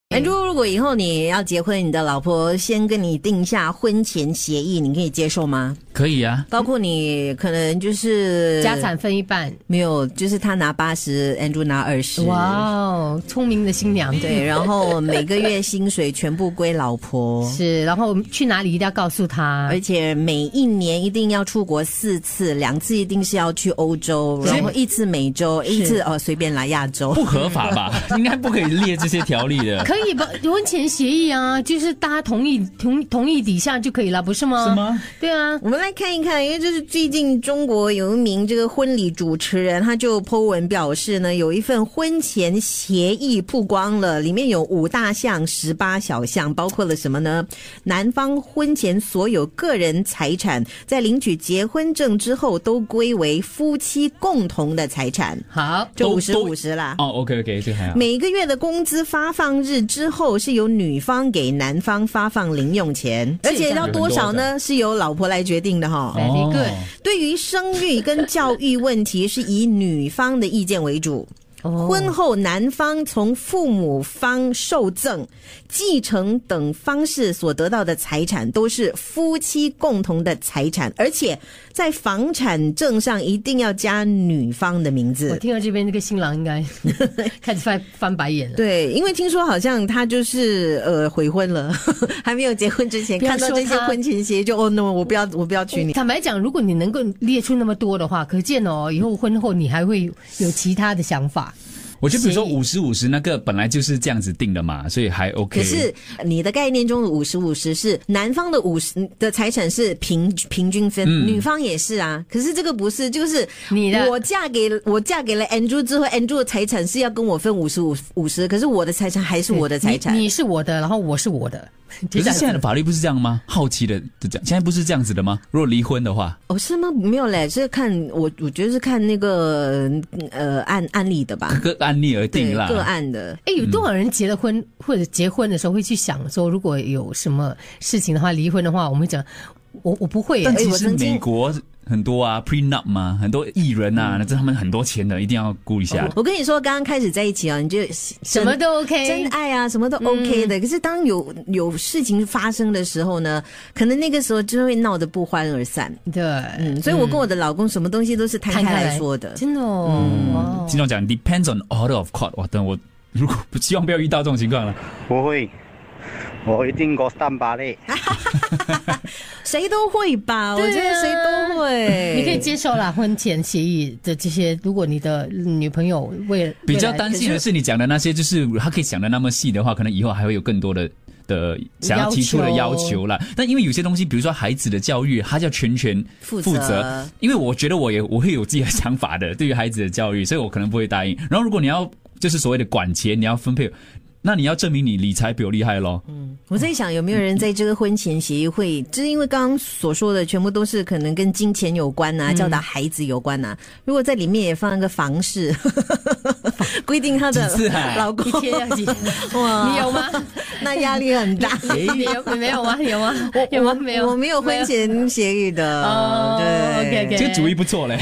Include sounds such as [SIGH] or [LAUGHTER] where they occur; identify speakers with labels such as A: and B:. A: 嗯
B: 哎，如如果以后你要结婚，你的老婆先跟你定下婚前协议，你可以接受吗？
C: 可以啊，
B: 包括你可能就是
A: 家产分一半。
B: 没有，就是他拿八十，Andrew 拿二十。
A: 哇哦，聪明的新娘，
B: 对，然后每个月薪水全部归老婆，
A: 是，啊然后我们去哪里一定要告诉她
B: 而。且每一年一定要出国四次，两次一定是要去欧洲，然后一次美洲，一次哦随便来亚洲。
C: 不合法吧？
B: [LAUGHS]
C: 应该不可以列这些条例的，
A: 可以吧？婚前协议啊，就是大家同意同同意底下就可以了，不是吗？
C: 是？吗？
A: 对啊，
B: 我们来看一看，因为就是最近中国有一名这个婚礼主持人，他就 Po 文表示呢，有一份婚前协议曝光了，里面有五大项、十八小项，包括了什么呢？男方婚前所有个人财产，在领取结婚证之后，都归为夫妻共同的财产，
A: 好，
B: 就
C: 都
B: 五十
C: 都
B: 五十啦。
C: 哦，OK OK，这个还好。
B: 每个月的工资发放日之后，是由女方给男方发放零用钱，而且要多少呢？是由老婆来决定的哈。
A: Very good
C: 哦
B: 对于生育跟教育问题，是以女方的意见为主。
A: 哦
B: 婚后男方从父母方受赠、继承等方式所得到的财产，都是夫妻共同的财产，而且在房产证上一定要加女方的名
A: 我
B: 字。
A: 听到这边那个新郎应该 [LAUGHS] 开始翻翻白眼了。
B: 对，因为听说好像他就是呃悔婚了， [LAUGHS] 还没有结婚之前
A: 不要
B: 看到这
A: 说
B: 些
A: 他
B: 婚前协议就哦 no，我不要我不要娶你。
A: 坦白讲，如果你能够列出那么多的话，可见哦，以后婚后你还会有其他的想法。
C: 我就比如说
A: 协议
C: 五十五十那个本来就是这样子定的嘛，所以还 OK。
B: 可是你的概念中的五十五十是男方的五十的财产是平平均分，
C: 嗯
B: 女方也是啊。可是这个不是，就是
A: 你的
B: 我嫁给我嫁给了 Andrew 之后，Andrew 的财产是要跟我分五十五五十，可是我的财产还是我的财产
A: 你，。你是我的，然后我是我的，
C: 可
A: 就是这样
C: 现在的
A: 子。
C: 法律不是这样吗？好奇的就这样，现在不是这样子的吗？如果离婚的话，
B: 哦，是吗？没有嘞，是看我我觉得是看那个呃案案例的吧，
C: 个案例而
B: 对
C: 定啦。
B: 个案的。
A: 哎，
C: 嗯
A: 有多少人结了婚或者结婚的时候会去想说，如果有什么事情的话，离婚的话，我们会讲，我我不会耶。
C: 但其
B: 哎我
C: 实
B: 曾经
C: 美国很多啊，prenup 嘛，很多艺人
B: 嗯
C: 啊，那、这他们很多钱的，一定要顾一下。
B: 我跟你说，刚刚开始在一起啊，你就
A: 什
B: 什
A: 么都 OK，
B: 真爱啊，什么都
A: 嗯
B: OK 的。可是当有有事情发生的时候呢，可能那个时候就会闹得不欢而散。
A: 对，
B: 嗯，所以我跟我的老公什么东西都是摊
A: 摊
B: 开
A: 开
B: 来
A: 来
B: 说的。
A: 真的哦，
C: 嗯
A: 哇哦
C: 经常讲 depends on order of court，哇，等我如果不希望不要遇到这种情况了。
D: 不会，我一定给我三把嘞。
B: 谁都会吧，我
A: 对啊
B: 觉得谁都会。
A: 啊 [LAUGHS] 你可以接受啦，婚前协议的这些，如果你的女朋友为了
C: 比较
A: 未来
C: 担心的是，你讲的那些，就是他可以想的那么细的话，可能以后还会有更多的的想要提出的要求啦。但因为有些东西，比如说孩子的教育，他就要全权
B: 负
C: 负
B: 责
C: 责。因为我觉得我也我会有自己的想法的，对于孩子的教育，所以我可能不会答应。然后如果你要就是所谓的管钱，你要分配，那你要证明你理财比我厉害咯。
B: 我在想，有没有人在这个婚前协议会，就是因为刚刚所说的全部都是可能跟金钱有关
A: 嗯
B: 呐、教导孩子有关呐、啊如果在里面也放一个房事， [LAUGHS] 规定他的
C: 几次啊
B: 老公
A: 一天要
C: [LAUGHS]
A: 几，
B: 哇
A: [LAUGHS] 你有吗？
B: 那压力很
A: [LAUGHS]
B: 大。
A: 你有你没有吗？你有吗？有吗？没有，
B: 我没有婚前协议的。
A: 哦
B: 对
A: OK，OK
C: 这个主意不错嘞。